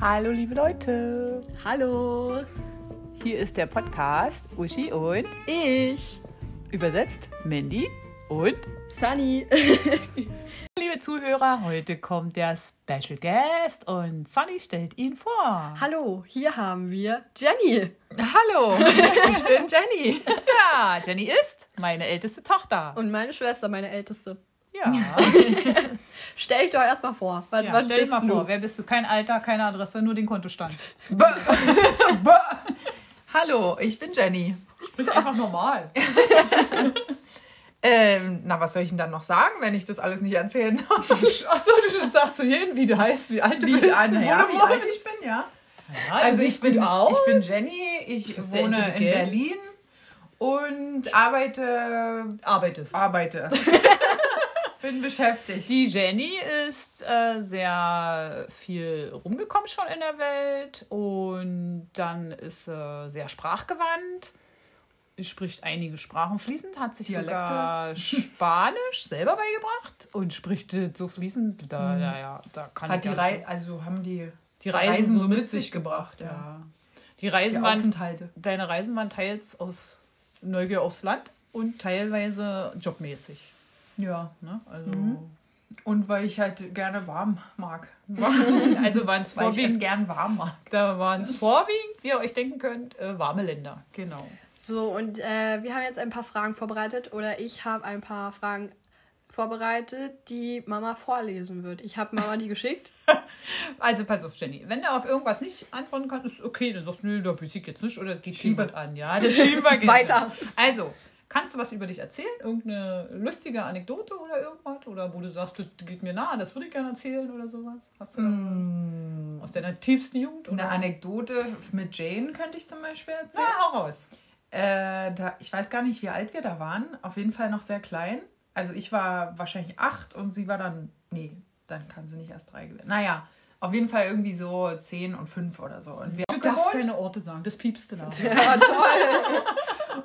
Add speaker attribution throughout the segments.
Speaker 1: Hallo liebe Leute,
Speaker 2: Hallo,
Speaker 1: hier ist der Podcast Uschi und
Speaker 2: ich,
Speaker 1: übersetzt Mandy und
Speaker 2: Sunny.
Speaker 1: liebe Zuhörer, heute kommt der Special Guest und Sunny stellt ihn vor.
Speaker 2: Hallo, hier haben wir Jenny.
Speaker 1: Hallo,
Speaker 2: Ich bin Jenny.
Speaker 1: ja, Jenny ist meine älteste Tochter.
Speaker 2: Und meine Schwester, meine Älteste.
Speaker 1: Ja,
Speaker 2: Stell dich doch erstmal vor. Was,
Speaker 1: ja
Speaker 2: was
Speaker 1: stell dir
Speaker 2: bist
Speaker 1: mal
Speaker 2: du?
Speaker 1: vor, wer bist du? Kein Alter, keine Adresse, nur den Kontostand. Bäh.
Speaker 3: Hallo, ich bin Jenny.
Speaker 1: Sprich einfach normal.
Speaker 3: Ähm, na, was soll ich denn dann noch sagen, wenn ich das alles nicht erzählen darf?
Speaker 1: Achso, du sagst zu jedem, wie du heißt, wie alt du
Speaker 3: Wie,
Speaker 1: bist,
Speaker 3: ich, an,
Speaker 1: wo
Speaker 3: ja,
Speaker 1: du
Speaker 3: wie alt
Speaker 1: wohnst.
Speaker 3: ich bin, ja.
Speaker 1: Ja, du
Speaker 3: Also
Speaker 1: siehst
Speaker 3: ich bin,
Speaker 1: gut aus.
Speaker 3: ich bin Jenny, ich
Speaker 1: Bist sehr
Speaker 3: wohne in
Speaker 1: intelligent.
Speaker 3: Berlin und arbeite,
Speaker 1: arbeitest.
Speaker 3: arbeite. bin beschäftigt.
Speaker 1: Die Jenny ist äh, sehr viel rumgekommen schon in der Welt und dann ist sie sehr sprachgewandt, spricht einige Sprachen fließend, hat sich
Speaker 3: Dialekte.
Speaker 1: sogar Spanisch selber beigebracht und spricht äh, so fließend, da, ja, ja, da kann
Speaker 3: Mhm. Hat die
Speaker 1: ich gar nicht
Speaker 3: Rei also haben die,
Speaker 1: Die Reisen so mit sich
Speaker 3: gebracht,
Speaker 1: so-
Speaker 3: ja.
Speaker 1: ja. Die
Speaker 3: Die
Speaker 1: Reisen waren,
Speaker 3: Aufenthalte.
Speaker 1: deine Reisen waren teils aus Neugier aufs Land und teilweise jobmäßig.
Speaker 3: Ja.
Speaker 1: Ne? Also,
Speaker 3: Mhm. Und weil ich halt gerne warm mag.
Speaker 1: also waren es
Speaker 3: Weil ich es
Speaker 1: vorwiegend
Speaker 3: gern warm mag.
Speaker 1: Da waren es vorwiegend, wie ihr euch denken könnt, äh, warme Länder. Genau.
Speaker 2: So, und äh, wir haben jetzt ein paar Fragen vorbereitet. Oder ich habe ein paar Fragen vorbereitet, die Mama vorlesen wird. Ich habe Mama die geschickt.
Speaker 1: Also pass auf, Jenny. Wenn du auf irgendwas nicht antworten kannst, ist okay. Dann sagst du, nö, da weiß ich jetzt nicht. Oder das geht
Speaker 3: Schiebe.
Speaker 1: jemand an. Ja, das schieben wir gerne.
Speaker 2: Weiter.
Speaker 1: Also, kannst du was über dich erzählen? Irgendeine lustige Anekdote oder irgendwas? Oder wo du sagst, das geht mir nahe, das würde ich gerne erzählen oder sowas? Hast du da was? aus deiner tiefsten Jugend? Oder?
Speaker 3: Eine Anekdote mit Jane könnte ich zum Beispiel erzählen.
Speaker 1: Na, hau raus.
Speaker 3: Äh, da, ich weiß gar nicht, wie alt wir da waren. Auf jeden Fall noch sehr klein. Also ich war wahrscheinlich acht und sie war dann. Nee, dann kann sie nicht erst drei gewesen. Naja, auf jeden Fall irgendwie so zehn und fünf oder so. Und wir
Speaker 1: Du
Speaker 3: haben
Speaker 1: darfst Also,
Speaker 3: gewohnt.
Speaker 1: keine Orte sagen. Das piepste da.
Speaker 2: Ja, toll.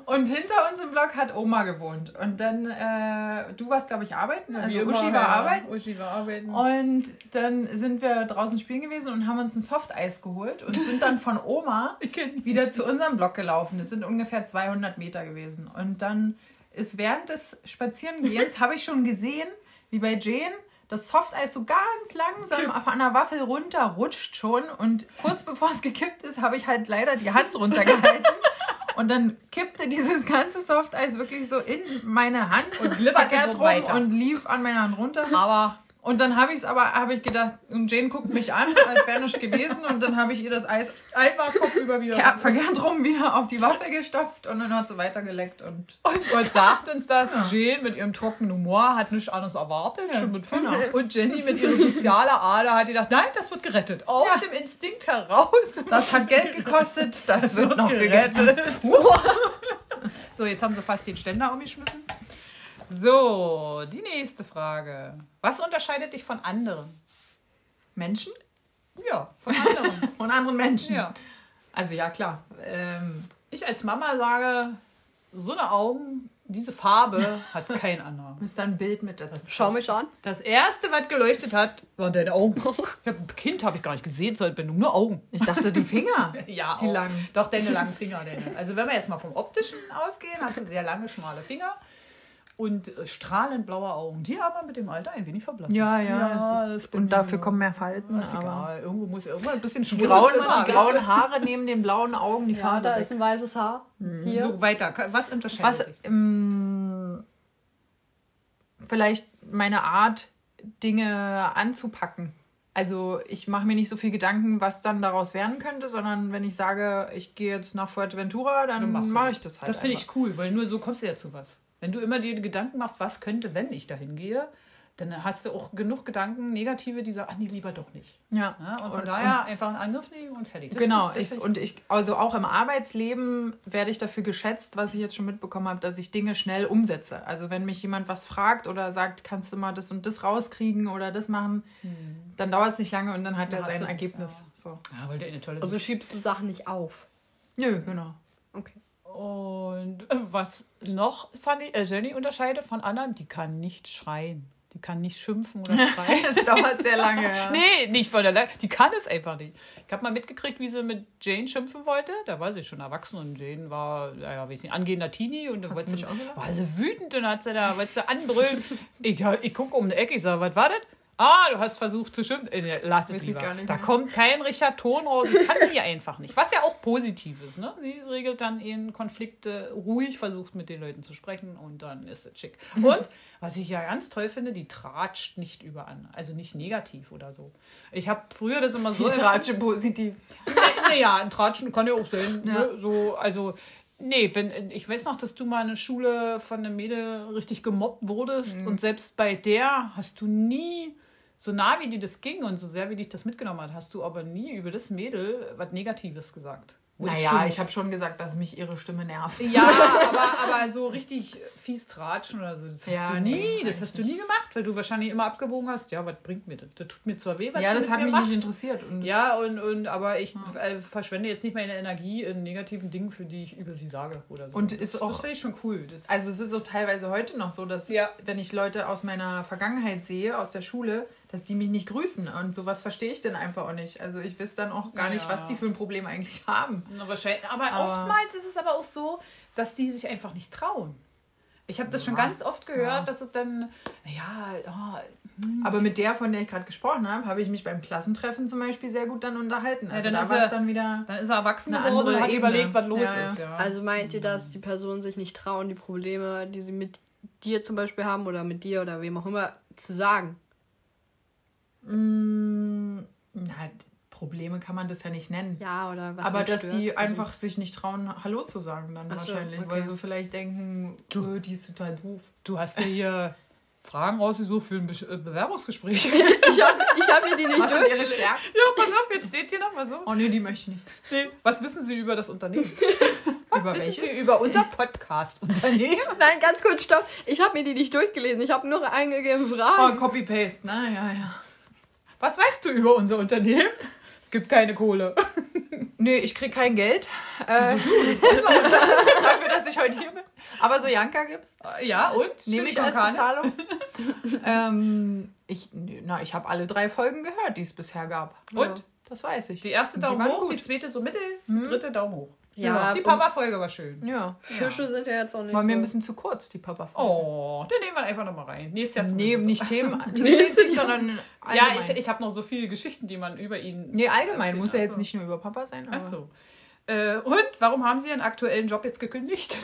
Speaker 3: Und hinter uns im Block hat Oma gewohnt. Und dann, äh, du warst, glaube ich, arbeiten. also Uschi war arbeiten.
Speaker 1: Uschi war arbeiten. Oh,
Speaker 3: Und dann sind wir draußen spielen gewesen und haben uns ein Softeis geholt und sind dann von Oma wieder zu unserem Block gelaufen. Das sind ungefähr 200 Meter gewesen. Und dann ist während des Spazierengehens, habe ich schon gesehen, wie bei Jane, das Softeis so ganz langsam auf einer Waffel runterrutscht schon. Und kurz bevor es gekippt ist, habe ich halt leider die Hand runtergehalten. Und dann kippte dieses ganze Softeis wirklich so in meine Hand
Speaker 1: Und glibberte
Speaker 3: verkehrt
Speaker 1: so
Speaker 3: rum
Speaker 1: weiter.
Speaker 3: und lief an meiner Hand runter.
Speaker 1: Aber
Speaker 3: Und dann habe ich es aber, habe ich gedacht, und Jane guckt mich an, als wäre nichts gewesen. Und dann habe ich ihr das Eis
Speaker 1: einfach Kopf über wieder.
Speaker 3: ker- verkehrt rum wieder auf die Waffe gestopft und dann hat sie weitergeleckt. Und
Speaker 1: Und Gott sagt uns das, Jane mit ihrem trockenen Humor hat nichts anderes erwartet, schon mit fünf.
Speaker 3: genau.
Speaker 1: Und Jenny mit ihrer sozialen Ader hat gedacht, nein, das wird gerettet. Aus
Speaker 3: Ja.
Speaker 1: dem Instinkt heraus.
Speaker 3: das hat Geld gekostet, das, wird, noch gegessen.
Speaker 1: gerettet. so, jetzt haben sie fast den Ständer umgeschmissen. So, die nächste Frage. Was unterscheidet dich von anderen?
Speaker 3: Menschen
Speaker 1: Ja, von anderen.
Speaker 3: und anderen Menschen.
Speaker 1: ja.
Speaker 3: Also ja, klar. Ähm,
Speaker 1: Ich als Mama sage, so eine Augen, diese Farbe hat kein anderer.
Speaker 3: müsste ein Bild mit dazu.
Speaker 2: Schau mich an.
Speaker 1: Das erste, was geleuchtet hat, waren deine Augen. Ich hab, kind habe ich gar nicht gesehen, sondern nur Augen.
Speaker 3: Ich dachte, die Finger.
Speaker 1: Ja,
Speaker 3: Die langen.
Speaker 1: Doch, deine langen Finger. Deine. Also, wenn wir jetzt mal vom Optischen ausgehen, hast du sehr lange, schmale Finger und äh, strahlend blaue Augen. Die aber mit dem Alter ein wenig verblassen.
Speaker 3: es ist- und dafür kommen mehr Falten.
Speaker 1: Ist
Speaker 3: aber
Speaker 1: egal. Irgendwo muss irgendwann ein bisschen
Speaker 3: die, grauen,
Speaker 1: Schwules immer.
Speaker 3: die grauen Haare nehmen den blauen Augen die
Speaker 2: Ja,
Speaker 3: Farbe
Speaker 2: da
Speaker 3: weg.
Speaker 2: ist ein weißes Haar.
Speaker 1: Mhm.
Speaker 2: Hier.
Speaker 1: So weiter. Was unterscheidet
Speaker 3: Was
Speaker 1: dich?
Speaker 3: ähm, vielleicht meine Art, Dinge anzupacken. Also ich mache mir nicht so viel Gedanken, was dann daraus werden könnte, sondern wenn ich sage, ich gehe jetzt nach Fuerteventura,
Speaker 1: Dann
Speaker 3: dann
Speaker 1: machst du
Speaker 3: mache
Speaker 1: das.
Speaker 3: ich das halt.
Speaker 1: Das finde
Speaker 3: einfach.
Speaker 1: ich cool, weil nur so kommst du ja zu was. Wenn du immer dir Gedanken machst, was könnte, wenn ich dahin gehe, dann hast du auch genug Gedanken, negative, die sagen, ach nee, lieber doch nicht.
Speaker 3: Ja.
Speaker 1: Ja, und von
Speaker 3: Und-
Speaker 1: daher einfach einen Angriff nehmen und fertig. Das
Speaker 3: genau,
Speaker 1: finde das
Speaker 3: ich,
Speaker 1: finde
Speaker 3: und ich, also auch im Arbeitsleben werde ich dafür geschätzt, was ich jetzt schon mitbekommen habe, dass ich Dinge schnell umsetze. Also wenn mich jemand was fragt oder sagt, kannst du mal das und das rauskriegen oder das machen, dann dauert es nicht lange und Hm. dann hat
Speaker 1: Dann
Speaker 3: er
Speaker 1: hast
Speaker 3: sein
Speaker 1: du das,
Speaker 3: Ergebnis. So.
Speaker 1: ja, weil der eine tolle
Speaker 2: Also
Speaker 1: Mensch-
Speaker 2: schiebst du Sachen nicht auf.
Speaker 3: Nö, genau.
Speaker 2: Okay.
Speaker 1: Und äh, was noch Sunny, äh, Jenny unterscheidet von anderen, die kann nicht schreien. Die kann nicht schimpfen oder schreien.
Speaker 3: Es dauert sehr lange. Ja.
Speaker 1: Nee, nicht von der Le Die kann es einfach nicht. Ich habe mal mitgekriegt, wie sie mit Jane schimpfen wollte. Da war sie schon erwachsen und Jane war, naja, weiß nicht, angehender Teenie und da
Speaker 3: Hat
Speaker 1: wollte
Speaker 3: sie
Speaker 1: sie,
Speaker 3: mich ausgelacht?
Speaker 1: war sie Oh, wütend und hat sie da, wollte sie anbrüllen. ich ich gucke um die Ecke, ich sage, was war das? Ah, du hast versucht zu schimpfen. Äh, nee, Lass
Speaker 3: Weiß
Speaker 1: es
Speaker 3: ich
Speaker 1: lieber.
Speaker 3: gar nicht
Speaker 1: Da
Speaker 3: mehr.
Speaker 1: kommt kein Richard Ton raus. Ich kann die einfach nicht. Was ja auch positiv ist. Ne? Sie regelt dann ihren Konflikte ruhig, versucht mit den Leuten zu sprechen und dann ist es schick. Und was ich ja ganz toll finde, die tratscht nicht über an. Also nicht negativ oder so. Ich habe früher das immer so.
Speaker 3: Die Tratsche positiv.
Speaker 1: Naja, ein Tratschen kann ja auch sein. Ne?
Speaker 3: Ja.
Speaker 1: So, also, nee, wenn, ich weiß noch, dass du mal in der Schule von einem Mädel richtig gemobbt wurdest
Speaker 3: Mhm.
Speaker 1: und selbst bei der hast du nie, so nah wie dir das ging und so sehr wie dich das mitgenommen hat, hast du aber nie über das Mädel was Negatives gesagt. Und
Speaker 3: Naja,
Speaker 1: schon-
Speaker 3: ich habe schon gesagt, dass mich ihre Stimme nervt.
Speaker 1: ja, aber, aber so richtig fies tratschen oder so, das hast
Speaker 3: Ja,
Speaker 1: du nie,
Speaker 3: nee,
Speaker 1: das
Speaker 3: eigentlich
Speaker 1: hast du nie gemacht, weil du wahrscheinlich immer abgewogen hast, ja, was bringt mir das? Das tut mir zwar weh, was
Speaker 3: Ja,
Speaker 1: sie
Speaker 3: das
Speaker 1: mit
Speaker 3: hat
Speaker 1: mir
Speaker 3: mich
Speaker 1: macht,
Speaker 3: nicht interessiert. Und
Speaker 1: ja, und, und aber ich äh, verschwende jetzt nicht meine Energie in negativen Dingen, für die ich über sie sage oder so.
Speaker 3: Und ist
Speaker 1: das, Das
Speaker 3: auch-
Speaker 1: finde ich schon cool. Das,
Speaker 3: Also es ist so teilweise heute noch so, dass
Speaker 1: Ja.
Speaker 3: wenn ich Leute aus meiner Vergangenheit sehe, aus der Schule, dass die mich nicht grüßen. Und sowas verstehe ich dann einfach auch nicht. Also ich weiß dann auch gar nicht,
Speaker 1: Ja.
Speaker 3: was die für ein Problem eigentlich haben.
Speaker 1: Na, wahrscheinlich, aber,
Speaker 3: Aber-
Speaker 1: oftmals ist es aber auch so, dass die sich einfach nicht trauen. Ich habe das schon
Speaker 3: Ja.
Speaker 1: ganz oft gehört,
Speaker 3: Ja.
Speaker 1: dass es dann, ja, oh,
Speaker 3: Aber mit der, von der ich gerade gesprochen habe, habe ich mich beim Klassentreffen zum Beispiel sehr gut dann unterhalten. Also
Speaker 1: dann ist
Speaker 3: da war
Speaker 1: er-
Speaker 3: es dann wieder.
Speaker 1: dann ist er erwachsen
Speaker 3: Eine
Speaker 1: geworden und
Speaker 3: andere
Speaker 1: hat
Speaker 3: Ebene.
Speaker 1: überlegt, was los
Speaker 3: Ja, ja.
Speaker 1: ist. Ja.
Speaker 2: Also meint ihr, dass die Personen sich nicht trauen, die Probleme, die sie mit dir zum Beispiel haben oder mit dir oder wem auch immer, zu sagen?
Speaker 3: Mm, na, Probleme kann man das ja nicht nennen.
Speaker 2: Ja, oder was
Speaker 3: Aber
Speaker 2: sie
Speaker 3: dass
Speaker 2: stört?
Speaker 3: die einfach sich nicht trauen, Hallo zu sagen dann
Speaker 2: Ach so,
Speaker 3: wahrscheinlich.
Speaker 2: okay.
Speaker 3: Weil sie vielleicht denken, du, die ist total doof.
Speaker 1: du hast ja hier Fragen rausgesucht für ein Be äh, Bewerbungsgespräch.
Speaker 2: Ich habe ich hab mir die nicht
Speaker 3: Was sind
Speaker 2: durch.
Speaker 3: ihre Stärken?
Speaker 1: ja, pass auf, jetzt steht hier nochmal so.
Speaker 3: Oh nee, die möchte ich nicht.
Speaker 1: Nee. Was wissen Sie über das Unternehmen? Was
Speaker 3: Über
Speaker 1: wissen
Speaker 3: welches?
Speaker 1: Sie über unser Podcast-Unternehmen?
Speaker 2: Nein, ganz kurz, stopp. Ich habe mir die nicht durchgelesen. Ich habe nur eingegeben
Speaker 3: Oh,
Speaker 2: Fragen.
Speaker 3: Copy-Paste, ne? Ja, ja.
Speaker 1: Was weißt du über unser Unternehmen? Es gibt keine Kohle.
Speaker 3: Nö, ich krieg kein Geld. Äh, dafür, dass ich heute hier bin. Aber so Janka gibt's.
Speaker 1: Äh, Ja, Ah, und?
Speaker 3: Nehme ich als Bezahlung. ähm, ich, nö, na, ich habe alle drei Folgen gehört, die es bisher gab.
Speaker 1: Und?
Speaker 3: Das weiß ich.
Speaker 1: Die erste
Speaker 3: Die
Speaker 1: Daumen
Speaker 3: waren
Speaker 1: hoch,
Speaker 3: gut. Hm.
Speaker 1: die zweite so mittel, die dritte Daumen hoch. Genau,
Speaker 2: ja,
Speaker 1: die
Speaker 2: und
Speaker 1: Papa-Folge war schön.
Speaker 3: Ja.
Speaker 2: Fische sind ja jetzt auch nicht
Speaker 3: War mir ein
Speaker 2: so.
Speaker 3: bisschen zu kurz, die papa
Speaker 1: Oh, Also den nehmen wir einfach nochmal rein. Nächstes Jahr zum
Speaker 3: Nee,
Speaker 1: Beispiel.
Speaker 3: nicht Themen,
Speaker 2: Nächstes
Speaker 3: themenmäßig, sondern
Speaker 1: Ja,
Speaker 3: allgemein.
Speaker 1: ich, ich habe noch so viele Geschichten, die man über ihn.
Speaker 3: Nee, allgemein. Muss ja
Speaker 1: Ach
Speaker 3: jetzt
Speaker 1: so.
Speaker 3: nicht nur über Papa sein. Aber
Speaker 1: Ach so. Äh, und warum haben Sie Ihren aktuellen Job jetzt gekündigt?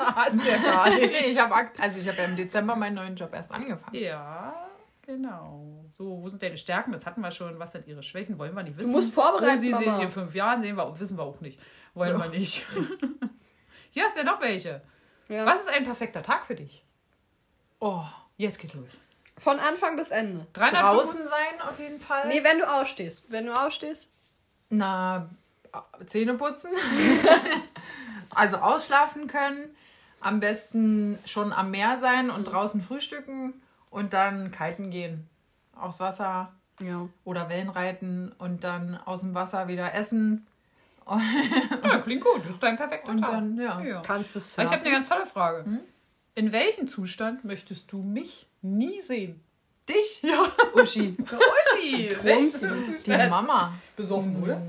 Speaker 1: Hast du ja gar
Speaker 3: Nee,
Speaker 1: nicht.
Speaker 3: ich habe also ich habe ja im Dezember meinen neuen Job erst angefangen.
Speaker 1: Ja, genau. So, wo sind deine Stärken? Das hatten wir schon. Was sind ihre Schwächen? Wollen wir nicht wissen.
Speaker 2: musst vorbereiten,
Speaker 1: Wo sie
Speaker 2: Mama.
Speaker 1: sich in fünf Jahren sehen, wir, wissen wir auch nicht. Wollen wir nicht. Hier hast du ja noch welche.
Speaker 2: Ja.
Speaker 1: Was ist ein perfekter Tag für dich?
Speaker 3: Oh,
Speaker 1: Jetzt geht's los.
Speaker 2: Von Anfang bis Ende.
Speaker 1: 350
Speaker 3: draußen sein auf jeden Fall.
Speaker 2: Nee, wenn du ausstehst. Wenn du ausstehst.
Speaker 3: Na, Zähne putzen. also ausschlafen können. Am besten schon am Meer sein und draußen frühstücken und dann kiten gehen. Aufs Wasser
Speaker 2: Ja.
Speaker 3: oder Wellenreiten und dann aus dem Wasser wieder essen.
Speaker 1: Ja, klingt gut. Das ist dein perfekter
Speaker 3: Und
Speaker 1: Tag.
Speaker 3: dann, äh, ja.
Speaker 1: ja.
Speaker 2: Kannst du
Speaker 1: Aber Ich habe
Speaker 2: surfen?
Speaker 1: eine ganz tolle Frage.
Speaker 3: Hm?
Speaker 1: In welchem Zustand möchtest du mich nie sehen?
Speaker 3: Dich? Ja. Uschi.
Speaker 1: Uschi!
Speaker 3: Die Mama. Hm.
Speaker 1: Besoffen, oder?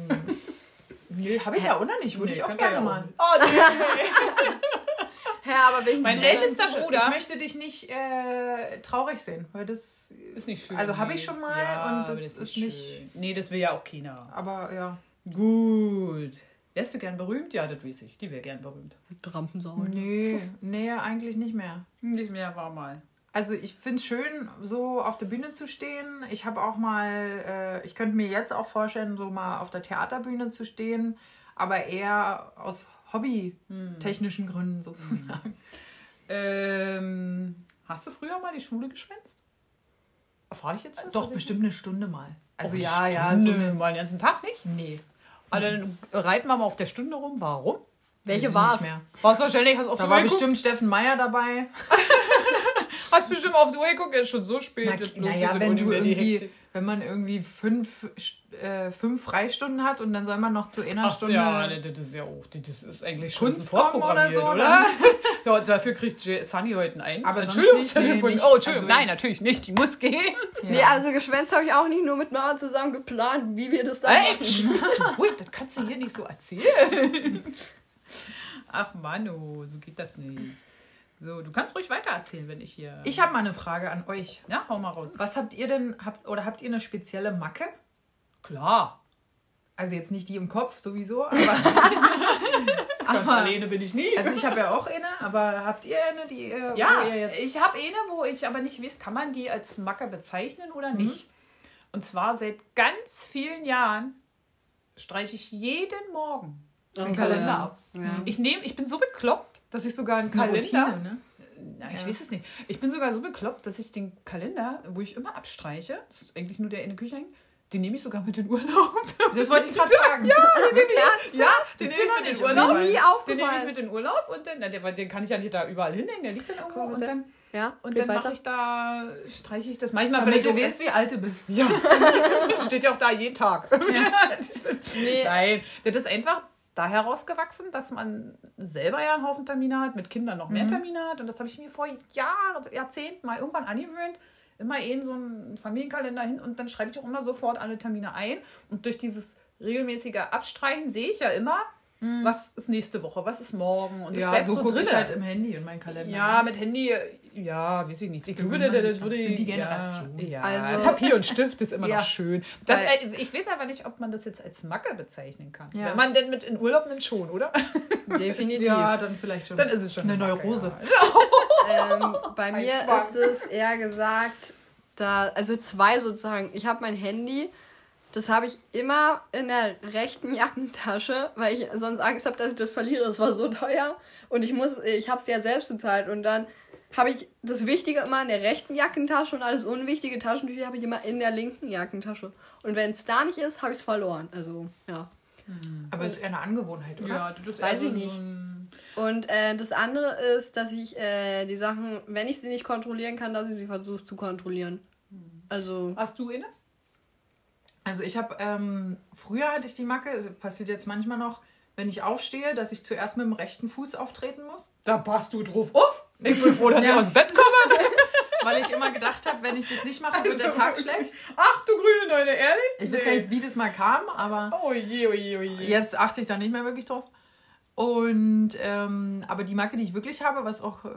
Speaker 3: Nee, habe ich ja auch noch nicht. Würde
Speaker 1: Nee,
Speaker 3: ich auch
Speaker 1: könnt ihr
Speaker 3: gerne
Speaker 1: ja
Speaker 3: mal.
Speaker 1: Oh, nee.
Speaker 2: Hä, aber welchen
Speaker 1: Mein
Speaker 2: Zustand?
Speaker 1: ältester Bruder.
Speaker 3: Ich möchte dich nicht äh, traurig sehen, weil das.
Speaker 1: Ist nicht schön.
Speaker 3: Also habe
Speaker 1: nee.
Speaker 3: ich schon mal und
Speaker 1: aber
Speaker 3: das ist nicht-
Speaker 1: schön. Nee, das will ja auch keiner.
Speaker 3: Aber ja.
Speaker 1: Gut. Wärst du gern berühmt? Ja, das weiß ich. Die wäre gern berühmt.
Speaker 2: Rampensau.
Speaker 3: Nee, nee, eigentlich nicht mehr.
Speaker 1: Nicht mehr war mal.
Speaker 3: Also ich finde es schön, so auf der Bühne zu stehen. Ich habe auch mal, äh, ich könnte mir jetzt auch vorstellen, so mal auf der Theaterbühne zu stehen, aber eher aus hobbytechnischen
Speaker 1: Hm.
Speaker 3: Gründen sozusagen.
Speaker 1: Ähm, hast du früher mal die Schule geschwänzt? Frage ich jetzt was?
Speaker 3: Doch, bestimmt eine Stunde mal. Also
Speaker 1: Oh,
Speaker 3: ja, ja, so
Speaker 1: Stunde.
Speaker 3: eine,
Speaker 1: mal den ganzen Tag nicht?
Speaker 3: Nee.
Speaker 1: Aber dann reiten wir mal auf der Stunde rum. Warum?
Speaker 2: Welche
Speaker 3: Weiß ich
Speaker 2: war's?
Speaker 3: nicht mehr.
Speaker 1: Warst du wahrscheinlich hast auf
Speaker 3: Da
Speaker 1: die
Speaker 3: war
Speaker 1: Uhr geguckt?
Speaker 3: bestimmt Steffen Meyer dabei.
Speaker 1: Hast bestimmt auf die Uhr geguckt, es ist schon so spät.
Speaker 3: Na,
Speaker 1: jetzt lohnt sich
Speaker 3: naja,
Speaker 1: das
Speaker 3: wenn
Speaker 1: auch nicht
Speaker 3: du
Speaker 1: mehr, die
Speaker 3: irgendwie
Speaker 1: Hektik.
Speaker 3: wenn man irgendwie fünf, äh, fünf Freistunden hat und dann soll man noch zu einer
Speaker 1: Ach,
Speaker 3: Stunde
Speaker 1: ja, nee, das ist ja auch, das ist eigentlich schon
Speaker 3: Kunst
Speaker 1: vorprogrammiert,
Speaker 3: kommen oder so, ne?
Speaker 1: oder? ja, dafür kriegt J- Sunny heute einen.
Speaker 3: Aber sonst
Speaker 1: Entschuldigung,
Speaker 3: nicht, nee,
Speaker 1: Telefon.
Speaker 3: nicht.
Speaker 1: oh, Entschuldigung,
Speaker 3: Also
Speaker 1: nein,
Speaker 3: jetzt-
Speaker 1: natürlich nicht, die muss gehen.
Speaker 3: Ja.
Speaker 2: Nee, also Geschwänz habe ich auch nicht nur mit Mama zusammen geplant, wie wir das dann
Speaker 1: Ey,
Speaker 2: machen.
Speaker 1: psch, bist du ruhig, das kannst du hier nicht so erzählen. Ach Manu, so geht das nicht. So, du kannst ruhig weiter erzählen, wenn ich hier...
Speaker 3: Ich habe mal eine Frage an euch.
Speaker 1: Ja, hau mal raus.
Speaker 3: Was habt ihr denn, habt, oder habt ihr eine spezielle Macke?
Speaker 1: Klar,
Speaker 3: Also jetzt nicht die im Kopf sowieso, aber...
Speaker 1: ganz
Speaker 3: aber
Speaker 1: alleine bin ich nie.
Speaker 3: also ich habe ja auch eine, aber habt ihr eine, die ihr,
Speaker 1: Ja,
Speaker 3: wo ihr jetzt...
Speaker 1: ich habe eine, wo ich aber nicht weiß, kann man die als Macke bezeichnen oder nicht. Und zwar seit ganz vielen Jahren streiche ich jeden Morgen den
Speaker 2: Also,
Speaker 1: Kalender
Speaker 2: ja.
Speaker 1: ab.
Speaker 2: Ja.
Speaker 1: Ich nehme, ich bin so bekloppt, dass ich sogar einen
Speaker 3: Das ist eine
Speaker 1: Kalender.
Speaker 3: Routine, ne?
Speaker 1: Na, ich
Speaker 3: Ja.
Speaker 1: weiß es nicht. Ich bin sogar so bekloppt, dass ich den Kalender, wo ich immer abstreiche, das ist eigentlich nur der in der Küche hängt, den nehme ich sogar mit in Urlaub.
Speaker 3: Das wollte ich gerade fragen.
Speaker 1: ja,
Speaker 3: Das
Speaker 1: den nehme
Speaker 3: ist mir
Speaker 1: ich
Speaker 3: noch
Speaker 1: mit in den
Speaker 3: nicht
Speaker 1: Urlaub.
Speaker 2: Mir nie
Speaker 1: Den nehme ich
Speaker 2: aufgefallen.
Speaker 1: mit in Urlaub und dann, na, den, den kann ich ja nicht da überall hinhängen, der liegt dann irgendwo
Speaker 2: Komm,
Speaker 1: und dann
Speaker 2: Ja,
Speaker 1: Und
Speaker 2: geht
Speaker 1: dann
Speaker 2: weiter.
Speaker 1: mache ich da, streiche ich das manchmal,
Speaker 3: Damit
Speaker 1: vielleicht
Speaker 3: du
Speaker 1: auch,
Speaker 3: weißt, wie alt du bist.
Speaker 1: ja, steht ja auch da jeden Tag.
Speaker 2: nee,
Speaker 1: Nein, das ist einfach da herausgewachsen, dass man selber ja einen Haufen Termine hat, mit Kindern noch mehr
Speaker 3: Mhm.
Speaker 1: Termine hat und das habe ich mir vor Jahren, Jahrzehnten mal irgendwann angewöhnt, immer eh in so einen Familienkalender hin und dann schreibe ich auch immer sofort alle Termine ein und durch dieses regelmäßige Abstreichen sehe ich ja immer, was ist nächste Woche, was ist morgen und das
Speaker 3: Mhm. Ja,
Speaker 1: bleibt
Speaker 3: so, gucke ich
Speaker 1: drinne.
Speaker 3: halt im Handy in meinen Kalender.
Speaker 1: Ja, mit Handy, ja, weiß ich nicht. Ich
Speaker 3: Gewöhnt
Speaker 1: glaube,
Speaker 3: man
Speaker 1: das,
Speaker 3: sich
Speaker 1: das
Speaker 3: dran.
Speaker 1: würde
Speaker 3: Sind die
Speaker 1: ja,
Speaker 3: Generation.
Speaker 1: Ja,
Speaker 2: Also-
Speaker 1: Papier und Stift ist immer
Speaker 3: Ja.
Speaker 1: noch schön. Das,
Speaker 2: Weil-
Speaker 1: äh, ich weiß aber nicht, ob man das jetzt als Macke bezeichnen kann.
Speaker 3: Ja.
Speaker 1: Wenn man denn mit in Urlaub nimmt, schon, oder?
Speaker 2: definitiv.
Speaker 3: ja dann vielleicht schon.
Speaker 1: Dann ist es schon
Speaker 3: eine
Speaker 1: Macke,
Speaker 3: Neurose.
Speaker 1: Ja.
Speaker 2: ähm, bei
Speaker 3: Ein
Speaker 2: mir
Speaker 3: Zwang.
Speaker 2: ist es eher gesagt, da, also zwei sozusagen. Ich habe mein Handy, das habe ich immer in der rechten Jackentasche, weil ich sonst Angst habe, dass ich das verliere. Das war so teuer und ich muss, ich habe es ja selbst bezahlt und dann habe ich das Wichtige immer in der rechten Jackentasche und alles unwichtige Taschentücher habe ich immer in der linken Jackentasche. Und wenn es da nicht ist, habe ich es verloren. Also ja.
Speaker 3: Aber es ist eher eine Angewohnheit, oder?
Speaker 1: Ja, das ist
Speaker 2: Weiß
Speaker 1: eher so
Speaker 2: ich nicht.
Speaker 1: ein-
Speaker 2: Und äh, das andere ist, dass ich äh, die Sachen, wenn ich sie nicht kontrollieren kann, dass ich sie versuche zu kontrollieren.
Speaker 1: Mhm.
Speaker 2: Also,
Speaker 1: Hast du inne?
Speaker 3: Also ich habe, ähm, früher hatte ich die Macke, also passiert jetzt manchmal noch, wenn ich aufstehe, dass ich zuerst mit dem rechten Fuß auftreten muss.
Speaker 1: Da passt du drauf auf. Ich bin froh, dass
Speaker 3: Ja.
Speaker 1: ich aus dem Bett komme.
Speaker 3: Weil ich immer gedacht habe, wenn ich das nicht mache, wird der
Speaker 1: Also
Speaker 3: Tag
Speaker 1: wirklich.
Speaker 3: schlecht.
Speaker 1: Ach du grüne Neune, ehrlich?
Speaker 3: Ich weiß gar nicht, wie das mal kam, aber
Speaker 1: Oh je, oh je, oh je.
Speaker 3: jetzt achte ich da nicht mehr wirklich drauf. Und, ähm, aber die Macke, die ich wirklich habe, was auch äh,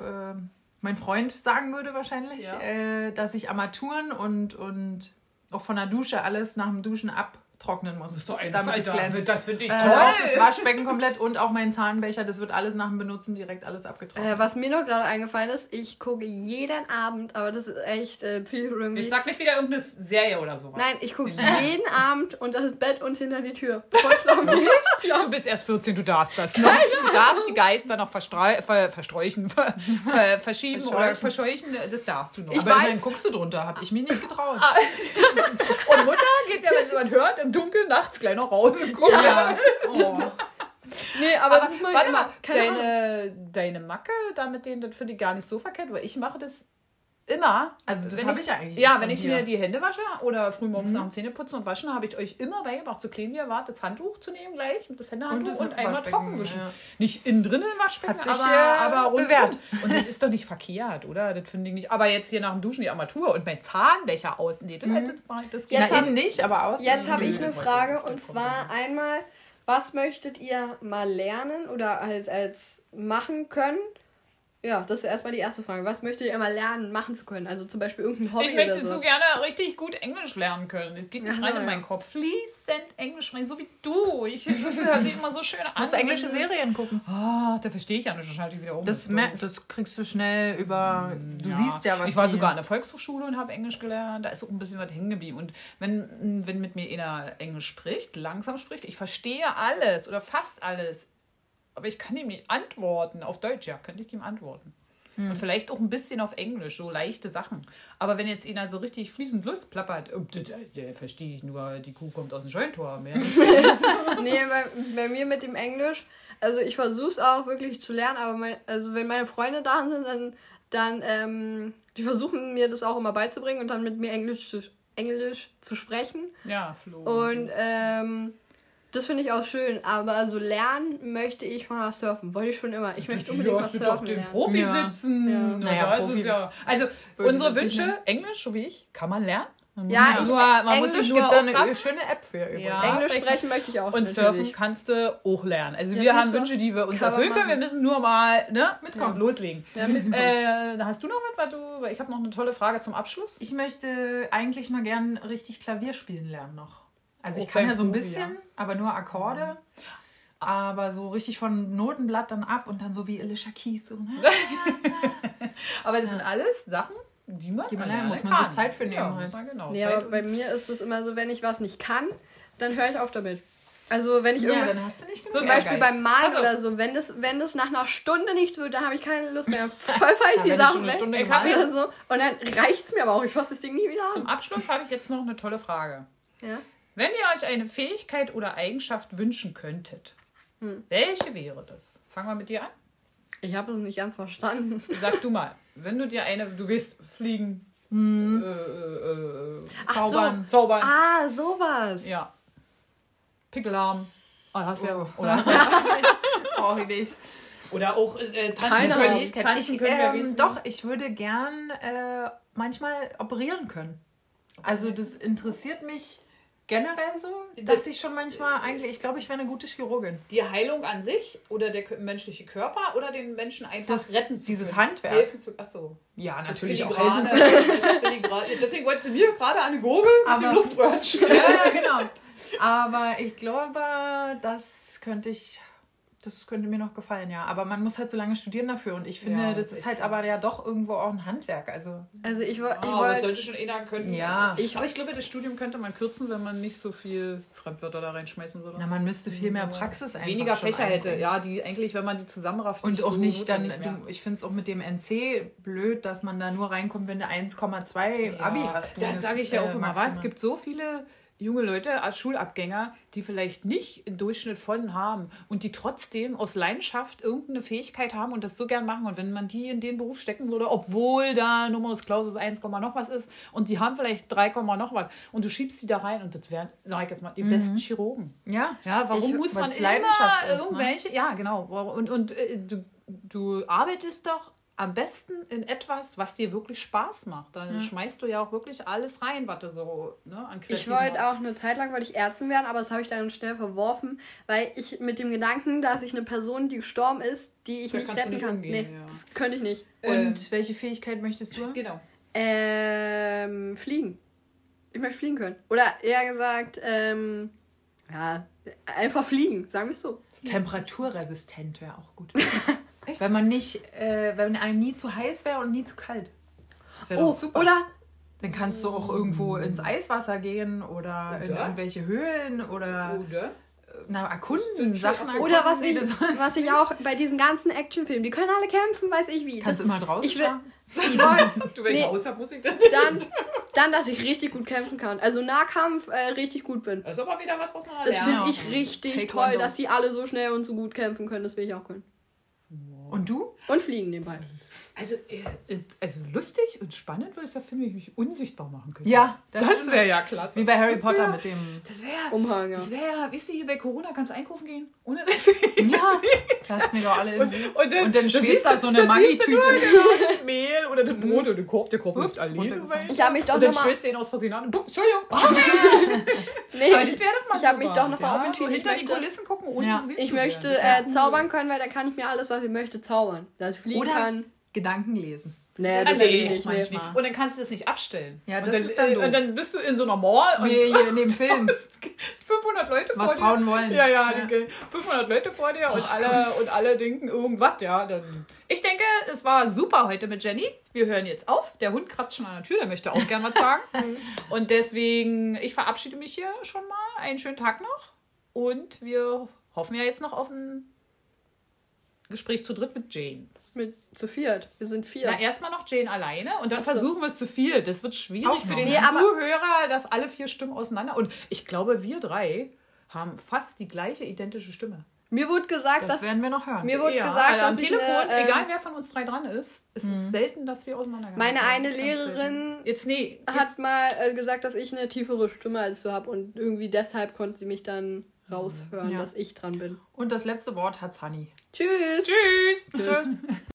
Speaker 3: mein Freund sagen würde wahrscheinlich,
Speaker 1: Ja.
Speaker 3: äh, dass ich Armaturen und, und auch von der Dusche alles nach dem Duschen abtrocknen muss.
Speaker 1: Das ist doch ein
Speaker 3: damit es
Speaker 1: Fall, da-
Speaker 3: glänzt.
Speaker 1: Das finde ich
Speaker 3: Äh, auch das
Speaker 1: toll.
Speaker 3: Waschbecken komplett und auch meinen Zahnbecher, das wird alles nach dem Benutzen direkt alles
Speaker 1: Oh.
Speaker 3: abgetrocknet.
Speaker 2: äh, was mir noch gerade eingefallen ist, ich gucke jeden Abend, aber das ist echt äh, zu irgendwie.
Speaker 1: Jetzt sag nicht wieder irgendeine Serie oder sowas.
Speaker 2: Nein, ich gucke jeden Abend unter das Bett und hinter die Tür. Bevor ich schlafen gehe.
Speaker 1: Du bist erst 14, du darfst das. Ne? Du darfst die Geister noch verstre ver verstreichen, ver ver verschieben oder verscheuchen. Das darfst du noch.
Speaker 2: Ich
Speaker 3: aber Äh, ich Ah.
Speaker 2: weiß-
Speaker 3: meine, guckst du drunter, habe ich mich nicht getraut.
Speaker 1: und Mutter geht ja, wenn sie was hört, im Dunkeln nachts gleich noch raus und guckt.
Speaker 3: ja. Oh.
Speaker 2: nee, aber,
Speaker 1: Aber
Speaker 2: das mache ich
Speaker 1: warte
Speaker 2: immer.
Speaker 1: mal,
Speaker 2: Keine Ahnung.
Speaker 1: deine, deine Macke, damit den, das finde ich gar nicht so verkehrt, weil ich mache das immer.
Speaker 3: Also das
Speaker 1: Wenn
Speaker 3: habe ich ja eigentlich.
Speaker 1: Ja,
Speaker 3: von
Speaker 1: wenn ich
Speaker 3: dir.
Speaker 1: mir Mhm. die Hände wasche oder frühmorgens nach dem Zähneputzen und waschen, habe ich euch immer beigebracht, zu kleben, wie ihr wart, das Handtuch zu nehmen gleich, das
Speaker 3: Und
Speaker 1: Händehandtuch
Speaker 3: das
Speaker 1: und,
Speaker 3: mit
Speaker 1: einmal
Speaker 3: Waschbecken,
Speaker 1: trocken wischen.
Speaker 3: ja.
Speaker 1: Nicht innen drinnen Waschbecken,
Speaker 3: Hat sich,
Speaker 1: aber,
Speaker 3: äh,
Speaker 1: aber rund
Speaker 3: bewährt.
Speaker 1: Und das ist doch nicht verkehrt, oder? Das finde ich nicht. Aber jetzt hier nach dem Duschen die Armatur und mein Zahnbecher aus. Nee,
Speaker 3: Mhm.
Speaker 1: das, das, das, das geht
Speaker 2: Jetzt
Speaker 3: Na,
Speaker 2: hab-
Speaker 3: innen nicht, aber außen.
Speaker 2: Jetzt habe
Speaker 1: Nö,
Speaker 2: ich eine
Speaker 1: wollte
Speaker 2: Frage
Speaker 1: ich nicht
Speaker 2: und zwar einmal, was möchtet ihr mal lernen oder als, als machen können? Ja, das ist erstmal die erste Frage. Was möchtet ihr mal lernen, machen zu können? Also zum Beispiel irgendein Hobby
Speaker 1: Ich möchte
Speaker 2: oder so.
Speaker 1: so gerne richtig gut Englisch lernen können. Es geht nicht
Speaker 2: Ach so,
Speaker 1: rein in
Speaker 2: ja.
Speaker 1: meinen Kopf. Fließend Englisch, mein, so wie du. Ich das hört sich immer so schön an.
Speaker 3: musst englische Serien gucken.
Speaker 1: Ah, da verstehe ich ja nicht, dann schalte ich wieder um.
Speaker 3: Das,
Speaker 1: ist
Speaker 3: mer-
Speaker 1: doof. Mm,
Speaker 3: das kriegst du schnell über. Du siehst ja, was.
Speaker 1: Ich war
Speaker 3: die-
Speaker 1: sogar an der Volkshochschule und habe Englisch gelernt. Da ist so ein bisschen was hängen geblieben. Und wenn, wenn mit mir einer Englisch spricht, langsam spricht, ich verstehe alles oder fast alles. Aber ich kann ihm nicht antworten. Auf Deutsch, ja, könnte ich ihm antworten.
Speaker 3: Hm.
Speaker 1: Und vielleicht auch ein bisschen auf Englisch, so leichte Sachen. Aber wenn jetzt einer so richtig fließend Lust plappert, oh, das, äh, verstehe ich nur, die Kuh kommt aus dem Scheuntor. Mehr nicht.
Speaker 2: Nee, bei, bei mir mit dem Englisch, also ich versuche es auch wirklich zu lernen, aber mein, also wenn meine Freunde da sind, dann, dann ähm, die versuchen mir das auch immer beizubringen und dann mit mir Englisch zu, Englisch zu sprechen.
Speaker 1: Ja, Flo.
Speaker 2: Und ähm, das finde ich auch schön, aber so lernen möchte ich mal surfen. Wollte ich schon immer. Ich möchte unbedingt mal
Speaker 1: lass doch
Speaker 2: surfen
Speaker 1: den
Speaker 2: lernen.
Speaker 1: Profi
Speaker 3: Ja.
Speaker 1: sitzen.
Speaker 2: Ja.
Speaker 1: Na,
Speaker 3: Naja,
Speaker 1: da ist
Speaker 3: Profi
Speaker 1: es ja. Also
Speaker 3: würde
Speaker 1: unsere
Speaker 3: ich jetzt
Speaker 1: Wünsche,
Speaker 3: nicht
Speaker 1: Englisch, so wie ich, kann man lernen. Man muss
Speaker 2: Ja,
Speaker 1: sich
Speaker 2: ich-
Speaker 1: nur, man muss
Speaker 3: Englisch
Speaker 1: sich
Speaker 3: gibt
Speaker 1: nur
Speaker 3: da eine
Speaker 1: aufraffen.
Speaker 3: schöne App für übrigens.
Speaker 1: Ja.
Speaker 2: Englisch
Speaker 1: sprechen.
Speaker 2: sprechen möchte ich auch
Speaker 1: und surfen
Speaker 2: natürlich.
Speaker 1: kannst du auch lernen. Also
Speaker 2: Ja,
Speaker 1: wir haben
Speaker 2: siehst du.
Speaker 1: Wünsche, die wir uns
Speaker 2: Kann man
Speaker 1: erfüllen können. Wir
Speaker 2: machen.
Speaker 1: müssen nur mal ne, mitkommen,
Speaker 2: Ja.
Speaker 1: loslegen.
Speaker 2: Ja,
Speaker 3: Genau.
Speaker 2: mit-
Speaker 1: Äh, hast du noch was, was du? Ich habe noch eine tolle Frage zum Abschluss.
Speaker 3: Ich möchte eigentlich mal gern richtig Klavier spielen lernen noch. Also ich
Speaker 1: Oh,
Speaker 3: kann
Speaker 1: beim
Speaker 3: ja so ein
Speaker 1: Profi,
Speaker 3: bisschen, aber nur Akkorde. Aber so richtig von Notenblatt dann ab und dann so wie Alicia Keys. So, ne?
Speaker 1: Aber das sind alles Sachen, die man,
Speaker 3: Die man
Speaker 1: erlernen
Speaker 3: lernen muss. Man sich
Speaker 1: kann.
Speaker 3: Zeit für nehmen
Speaker 1: Ja,
Speaker 3: halt.
Speaker 1: muss man genau.
Speaker 2: Nee,
Speaker 1: Zeit
Speaker 2: aber bei
Speaker 1: und-
Speaker 2: mir ist es immer so, wenn ich was nicht kann, dann höre ich auf damit. Also wenn ich
Speaker 3: ja,
Speaker 2: irgendwas.
Speaker 3: dann hast du nicht genug
Speaker 2: Zum Beispiel
Speaker 3: Ehrgeiz.
Speaker 2: beim Malen
Speaker 1: Also-
Speaker 2: oder so, wenn das, wenn das nach einer Stunde nichts wird, dann habe ich keine Lust mehr. Voll fall ich
Speaker 1: Ja,
Speaker 2: die
Speaker 1: wenn ich schon
Speaker 2: Sachen
Speaker 1: eine
Speaker 2: weg.
Speaker 1: Stunde
Speaker 2: Ich
Speaker 1: gemalt
Speaker 2: hab oder so. Und dann reicht es mir aber auch. Ich fasse das Ding nie wieder
Speaker 1: Zum
Speaker 2: an.
Speaker 1: Abschluss habe ich jetzt noch eine tolle Frage.
Speaker 2: Ja.
Speaker 1: Wenn ihr euch eine Fähigkeit oder Eigenschaft wünschen könntet,
Speaker 3: Hm.
Speaker 1: welche wäre das? Fangen wir mit dir an.
Speaker 2: Ich habe es nicht ganz verstanden.
Speaker 1: Sag du mal, wenn du dir eine, du willst fliegen,
Speaker 3: Hm.
Speaker 1: äh, äh, äh,
Speaker 2: Ach
Speaker 1: zaubern, zaubern,
Speaker 2: Ah, sowas.
Speaker 1: ja. Pickelharm. Oh, hast du ja.
Speaker 3: Oh.
Speaker 1: Oder, Oh,
Speaker 3: Brauche ich nicht.
Speaker 1: oder auch äh, tanzen
Speaker 2: Keine
Speaker 1: können.
Speaker 2: Ahnung.
Speaker 1: Tanzen
Speaker 3: Ich,
Speaker 1: können wir
Speaker 3: ähm,
Speaker 1: wissen.
Speaker 3: doch, ich würde gern äh, manchmal operieren können. Also das interessiert mich generell so, dass
Speaker 1: Das-
Speaker 3: ich schon manchmal eigentlich, ich glaube, ich wäre eine gute Chirurgin.
Speaker 1: Die Heilung an sich oder der kö- menschliche Körper oder den Menschen einfach
Speaker 3: Das-
Speaker 1: retten zu
Speaker 3: dieses
Speaker 1: können.
Speaker 3: Handwerk.
Speaker 1: Helfen zu, ach so.
Speaker 3: Ja,
Speaker 1: Das
Speaker 3: natürlich auch
Speaker 1: Filigrane,
Speaker 3: helfen.
Speaker 1: das Filigrane. Deswegen wolltest du mir gerade eine Gurgel mit
Speaker 3: Aber-
Speaker 1: dem Luftröhren schneiden.
Speaker 3: Ja, ja, genau. Aber ich glaube, das könnte ich, das könnte mir noch gefallen, ja. Aber man muss halt so lange studieren dafür und ich finde,
Speaker 1: Ja,
Speaker 3: das
Speaker 1: das
Speaker 3: ist
Speaker 1: ist
Speaker 3: halt
Speaker 1: echt
Speaker 3: aber ja doch irgendwo auch ein Handwerk. Also
Speaker 2: Also ich, wo, ich
Speaker 1: Ah, aber es
Speaker 2: wollte.
Speaker 1: sollte schon einer können.
Speaker 3: Ja.
Speaker 1: Ich, aber ich glaube, das Studium könnte man kürzen, wenn man nicht so viel Fremdwörter da reinschmeißen würde.
Speaker 3: na, man müsste viel mehr Praxis einfach
Speaker 1: Weniger
Speaker 3: schon
Speaker 1: Fächer hätte,
Speaker 3: einbringen.
Speaker 1: ja, die eigentlich, wenn man die zusammenrafft.
Speaker 3: Und auch
Speaker 1: so
Speaker 3: nicht dann,
Speaker 1: notwendig wäre.
Speaker 3: du, ich finde es auch mit dem NC blöd, dass man da nur reinkommt, wenn du 1,2
Speaker 1: Ja,
Speaker 3: Abi hast.
Speaker 1: Das sage ich ja auch
Speaker 3: äh,
Speaker 1: immer. Was? Es
Speaker 3: maximal.
Speaker 1: gibt so viele junge Leute, als Schulabgänger, die vielleicht nicht einen Durchschnitt von haben und die trotzdem aus Leidenschaft irgendeine Fähigkeit haben und das so gern machen. Und wenn man die in den Beruf stecken würde, obwohl da Numerus Clausus 1, noch was ist und die haben vielleicht 3, noch was und du schiebst die da rein und das wären, sag ich jetzt mal, die besten Chirurgen.
Speaker 3: Ja,
Speaker 1: Ja, warum
Speaker 2: Ich-
Speaker 1: muss man
Speaker 3: weil's
Speaker 1: immer
Speaker 3: Leidenschaft ist, ne?
Speaker 1: irgendwelche? Ja, genau. Und, und äh, du, du arbeitest doch am besten in etwas, was dir wirklich Spaß macht. Dann schmeißt du ja auch wirklich alles rein, was du so ne, an
Speaker 2: Ich
Speaker 1: Kreativen
Speaker 2: wollte
Speaker 1: hast.
Speaker 2: auch eine Zeit lang wollte ich Ärztin werden, aber das habe ich dann schnell verworfen, weil ich mit dem Gedanken, dass ich eine Person, die gestorben ist, die ich
Speaker 1: Da
Speaker 2: nicht
Speaker 1: kannst du
Speaker 2: retten
Speaker 1: nicht
Speaker 2: kann.
Speaker 1: umgehen,
Speaker 2: nee,
Speaker 1: ja.
Speaker 2: das könnte ich nicht.
Speaker 1: Ähm,
Speaker 3: Und welche Fähigkeit möchtest du? haben?
Speaker 1: Genau.
Speaker 2: Ähm, fliegen. Ich möchte fliegen können. Oder eher gesagt, ähm, ja, einfach fliegen, sagen wir es so.
Speaker 3: Temperaturresistent wäre auch gut. Wenn man nicht, äh, wenn einem nie zu heiß wäre und nie zu kalt. Das wäre
Speaker 2: oh,
Speaker 3: doch super.
Speaker 2: oder?
Speaker 3: Dann kannst du auch irgendwo
Speaker 1: Mm.
Speaker 3: ins Eiswasser gehen oder in
Speaker 1: Oder?
Speaker 3: irgendwelche Höhlen oder
Speaker 1: Oder?
Speaker 3: na, erkunden, Sachen erkunden.
Speaker 2: Oder was
Speaker 3: die
Speaker 2: ich,
Speaker 3: du sonst-
Speaker 2: was ich auch bei diesen ganzen Actionfilmen, die können alle kämpfen, weiß ich wie.
Speaker 3: Kannst du
Speaker 2: Das-
Speaker 3: immer draußen
Speaker 2: Ich will-
Speaker 3: schlafen?
Speaker 2: ich wollte
Speaker 1: Du, wenn ich
Speaker 2: Nee.
Speaker 1: mal aus hab, muss ich das.
Speaker 2: dann, dann, dass ich richtig gut kämpfen kann. Also Nahkampf äh, richtig gut bin.
Speaker 1: Das ist aber wieder was, was man
Speaker 2: Das
Speaker 1: lernt.
Speaker 2: finde ich richtig
Speaker 3: Taekwondo.
Speaker 2: toll, dass die alle so schnell und so gut kämpfen können. Das will ich auch können.
Speaker 3: Und du?
Speaker 1: Oh.
Speaker 2: Und fliegen nebenbei.
Speaker 1: Also, äh, also lustig und spannend würde ich das Film, wenn ich mich unsichtbar machen könnte.
Speaker 3: Ja, das
Speaker 1: das,
Speaker 3: stimmt.
Speaker 1: wäre ja klasse.
Speaker 3: Wie bei Harry Potter mit dem.
Speaker 1: das wäre.
Speaker 2: Umhang, Oh, ja.
Speaker 1: Das wäre ja, wisst ihr, hier bei Corona kannst du einkaufen gehen, ohne dass
Speaker 3: Ja, lass mir doch alle in die-
Speaker 1: Und dann,
Speaker 3: Und dann
Speaker 1: das
Speaker 3: schwebt
Speaker 1: siehst
Speaker 3: da
Speaker 1: du-
Speaker 3: so eine
Speaker 1: das siehst du
Speaker 3: Maggi-Tüte.
Speaker 1: nur, genau, Mehl oder den Brot oder den Korb. Der Korb
Speaker 3: Ups,
Speaker 1: ist alleine.
Speaker 3: runtergefallen.
Speaker 1: weg.
Speaker 2: Ich habe mich doch
Speaker 1: Und dann
Speaker 2: nochmal.
Speaker 1: stößt du ihn aus Versehen an und bumm, Entschuldigung. Ah,
Speaker 2: Nee,
Speaker 1: aber das wäre doch mal
Speaker 2: ich habe mich
Speaker 1: super.
Speaker 2: doch noch mal
Speaker 1: ja,
Speaker 2: umentschieden.
Speaker 1: so
Speaker 2: Ich
Speaker 1: hinter die
Speaker 2: möchte-
Speaker 1: Kulissen gucken, ohne
Speaker 3: Ja.
Speaker 1: gesehen
Speaker 2: ich
Speaker 1: zu werden.
Speaker 2: möchte äh, zaubern können, weil da kann ich mir alles, was ich möchte, zaubern. Dass ich fliegen
Speaker 3: Oder-
Speaker 2: kann.
Speaker 3: Gedanken lesen.
Speaker 2: Nee,
Speaker 1: Ah,
Speaker 2: das will ich
Speaker 1: nee,
Speaker 2: nicht. Nee.
Speaker 3: manchmal.
Speaker 1: Und dann kannst du das nicht abstellen.
Speaker 3: Ja,
Speaker 1: und
Speaker 3: das
Speaker 1: dann,
Speaker 3: ist dann
Speaker 1: äh,
Speaker 3: doof.
Speaker 1: Und dann bist du in so einer Mall und
Speaker 3: Wie hier in dem Film.
Speaker 1: 500 Leute
Speaker 3: Was
Speaker 1: vor dir.
Speaker 3: Frauen wollen.
Speaker 1: Ja, ja,
Speaker 3: Ja.
Speaker 1: die- 500 Leute vor dir und, alle, und alle denken irgendwas, ja. Dann. Ich denke, es war super heute mit Jenny. Wir hören jetzt auf. Der Hund kratzt schon an der Tür, der möchte auch gerne was sagen. und deswegen, ich verabschiede mich hier schon mal. Einen schönen Tag noch. Und wir hoffen ja jetzt noch auf ein Gespräch zu dritt mit Jane.
Speaker 2: Mit zu viert. Wir sind vier.
Speaker 1: Na, erstmal noch Jane alleine und dann
Speaker 2: Ach so.
Speaker 1: versuchen wir es zu viel. Das wird schwierig
Speaker 3: Auch
Speaker 1: für
Speaker 3: noch.
Speaker 1: den
Speaker 2: Nee, aber-
Speaker 1: Zuhörer, dass alle vier Stimmen auseinander. Und ich glaube, wir drei haben fast die gleiche identische Stimme.
Speaker 2: Mir wurde gesagt,
Speaker 3: Das
Speaker 2: dass.
Speaker 3: werden wir noch hören.
Speaker 2: Mir wurde
Speaker 1: ja,
Speaker 2: gesagt,
Speaker 1: Alter, am
Speaker 2: dass ich
Speaker 1: Telefon,
Speaker 2: eine, ähm, Hm.
Speaker 1: egal wer von uns drei dran ist, ist es selten, dass wir auseinandergehen.
Speaker 2: Meine eine Lehrerin
Speaker 1: Jetzt, nee.
Speaker 2: hat mal äh, gesagt, dass ich eine tiefere Stimme als du habe und irgendwie deshalb konnte sie mich dann raushören,
Speaker 3: Ja.
Speaker 2: dass ich dran bin.
Speaker 3: Und das letzte Wort hat Sunny.
Speaker 2: Tschüss!
Speaker 1: Tschüss.
Speaker 2: Tschüss.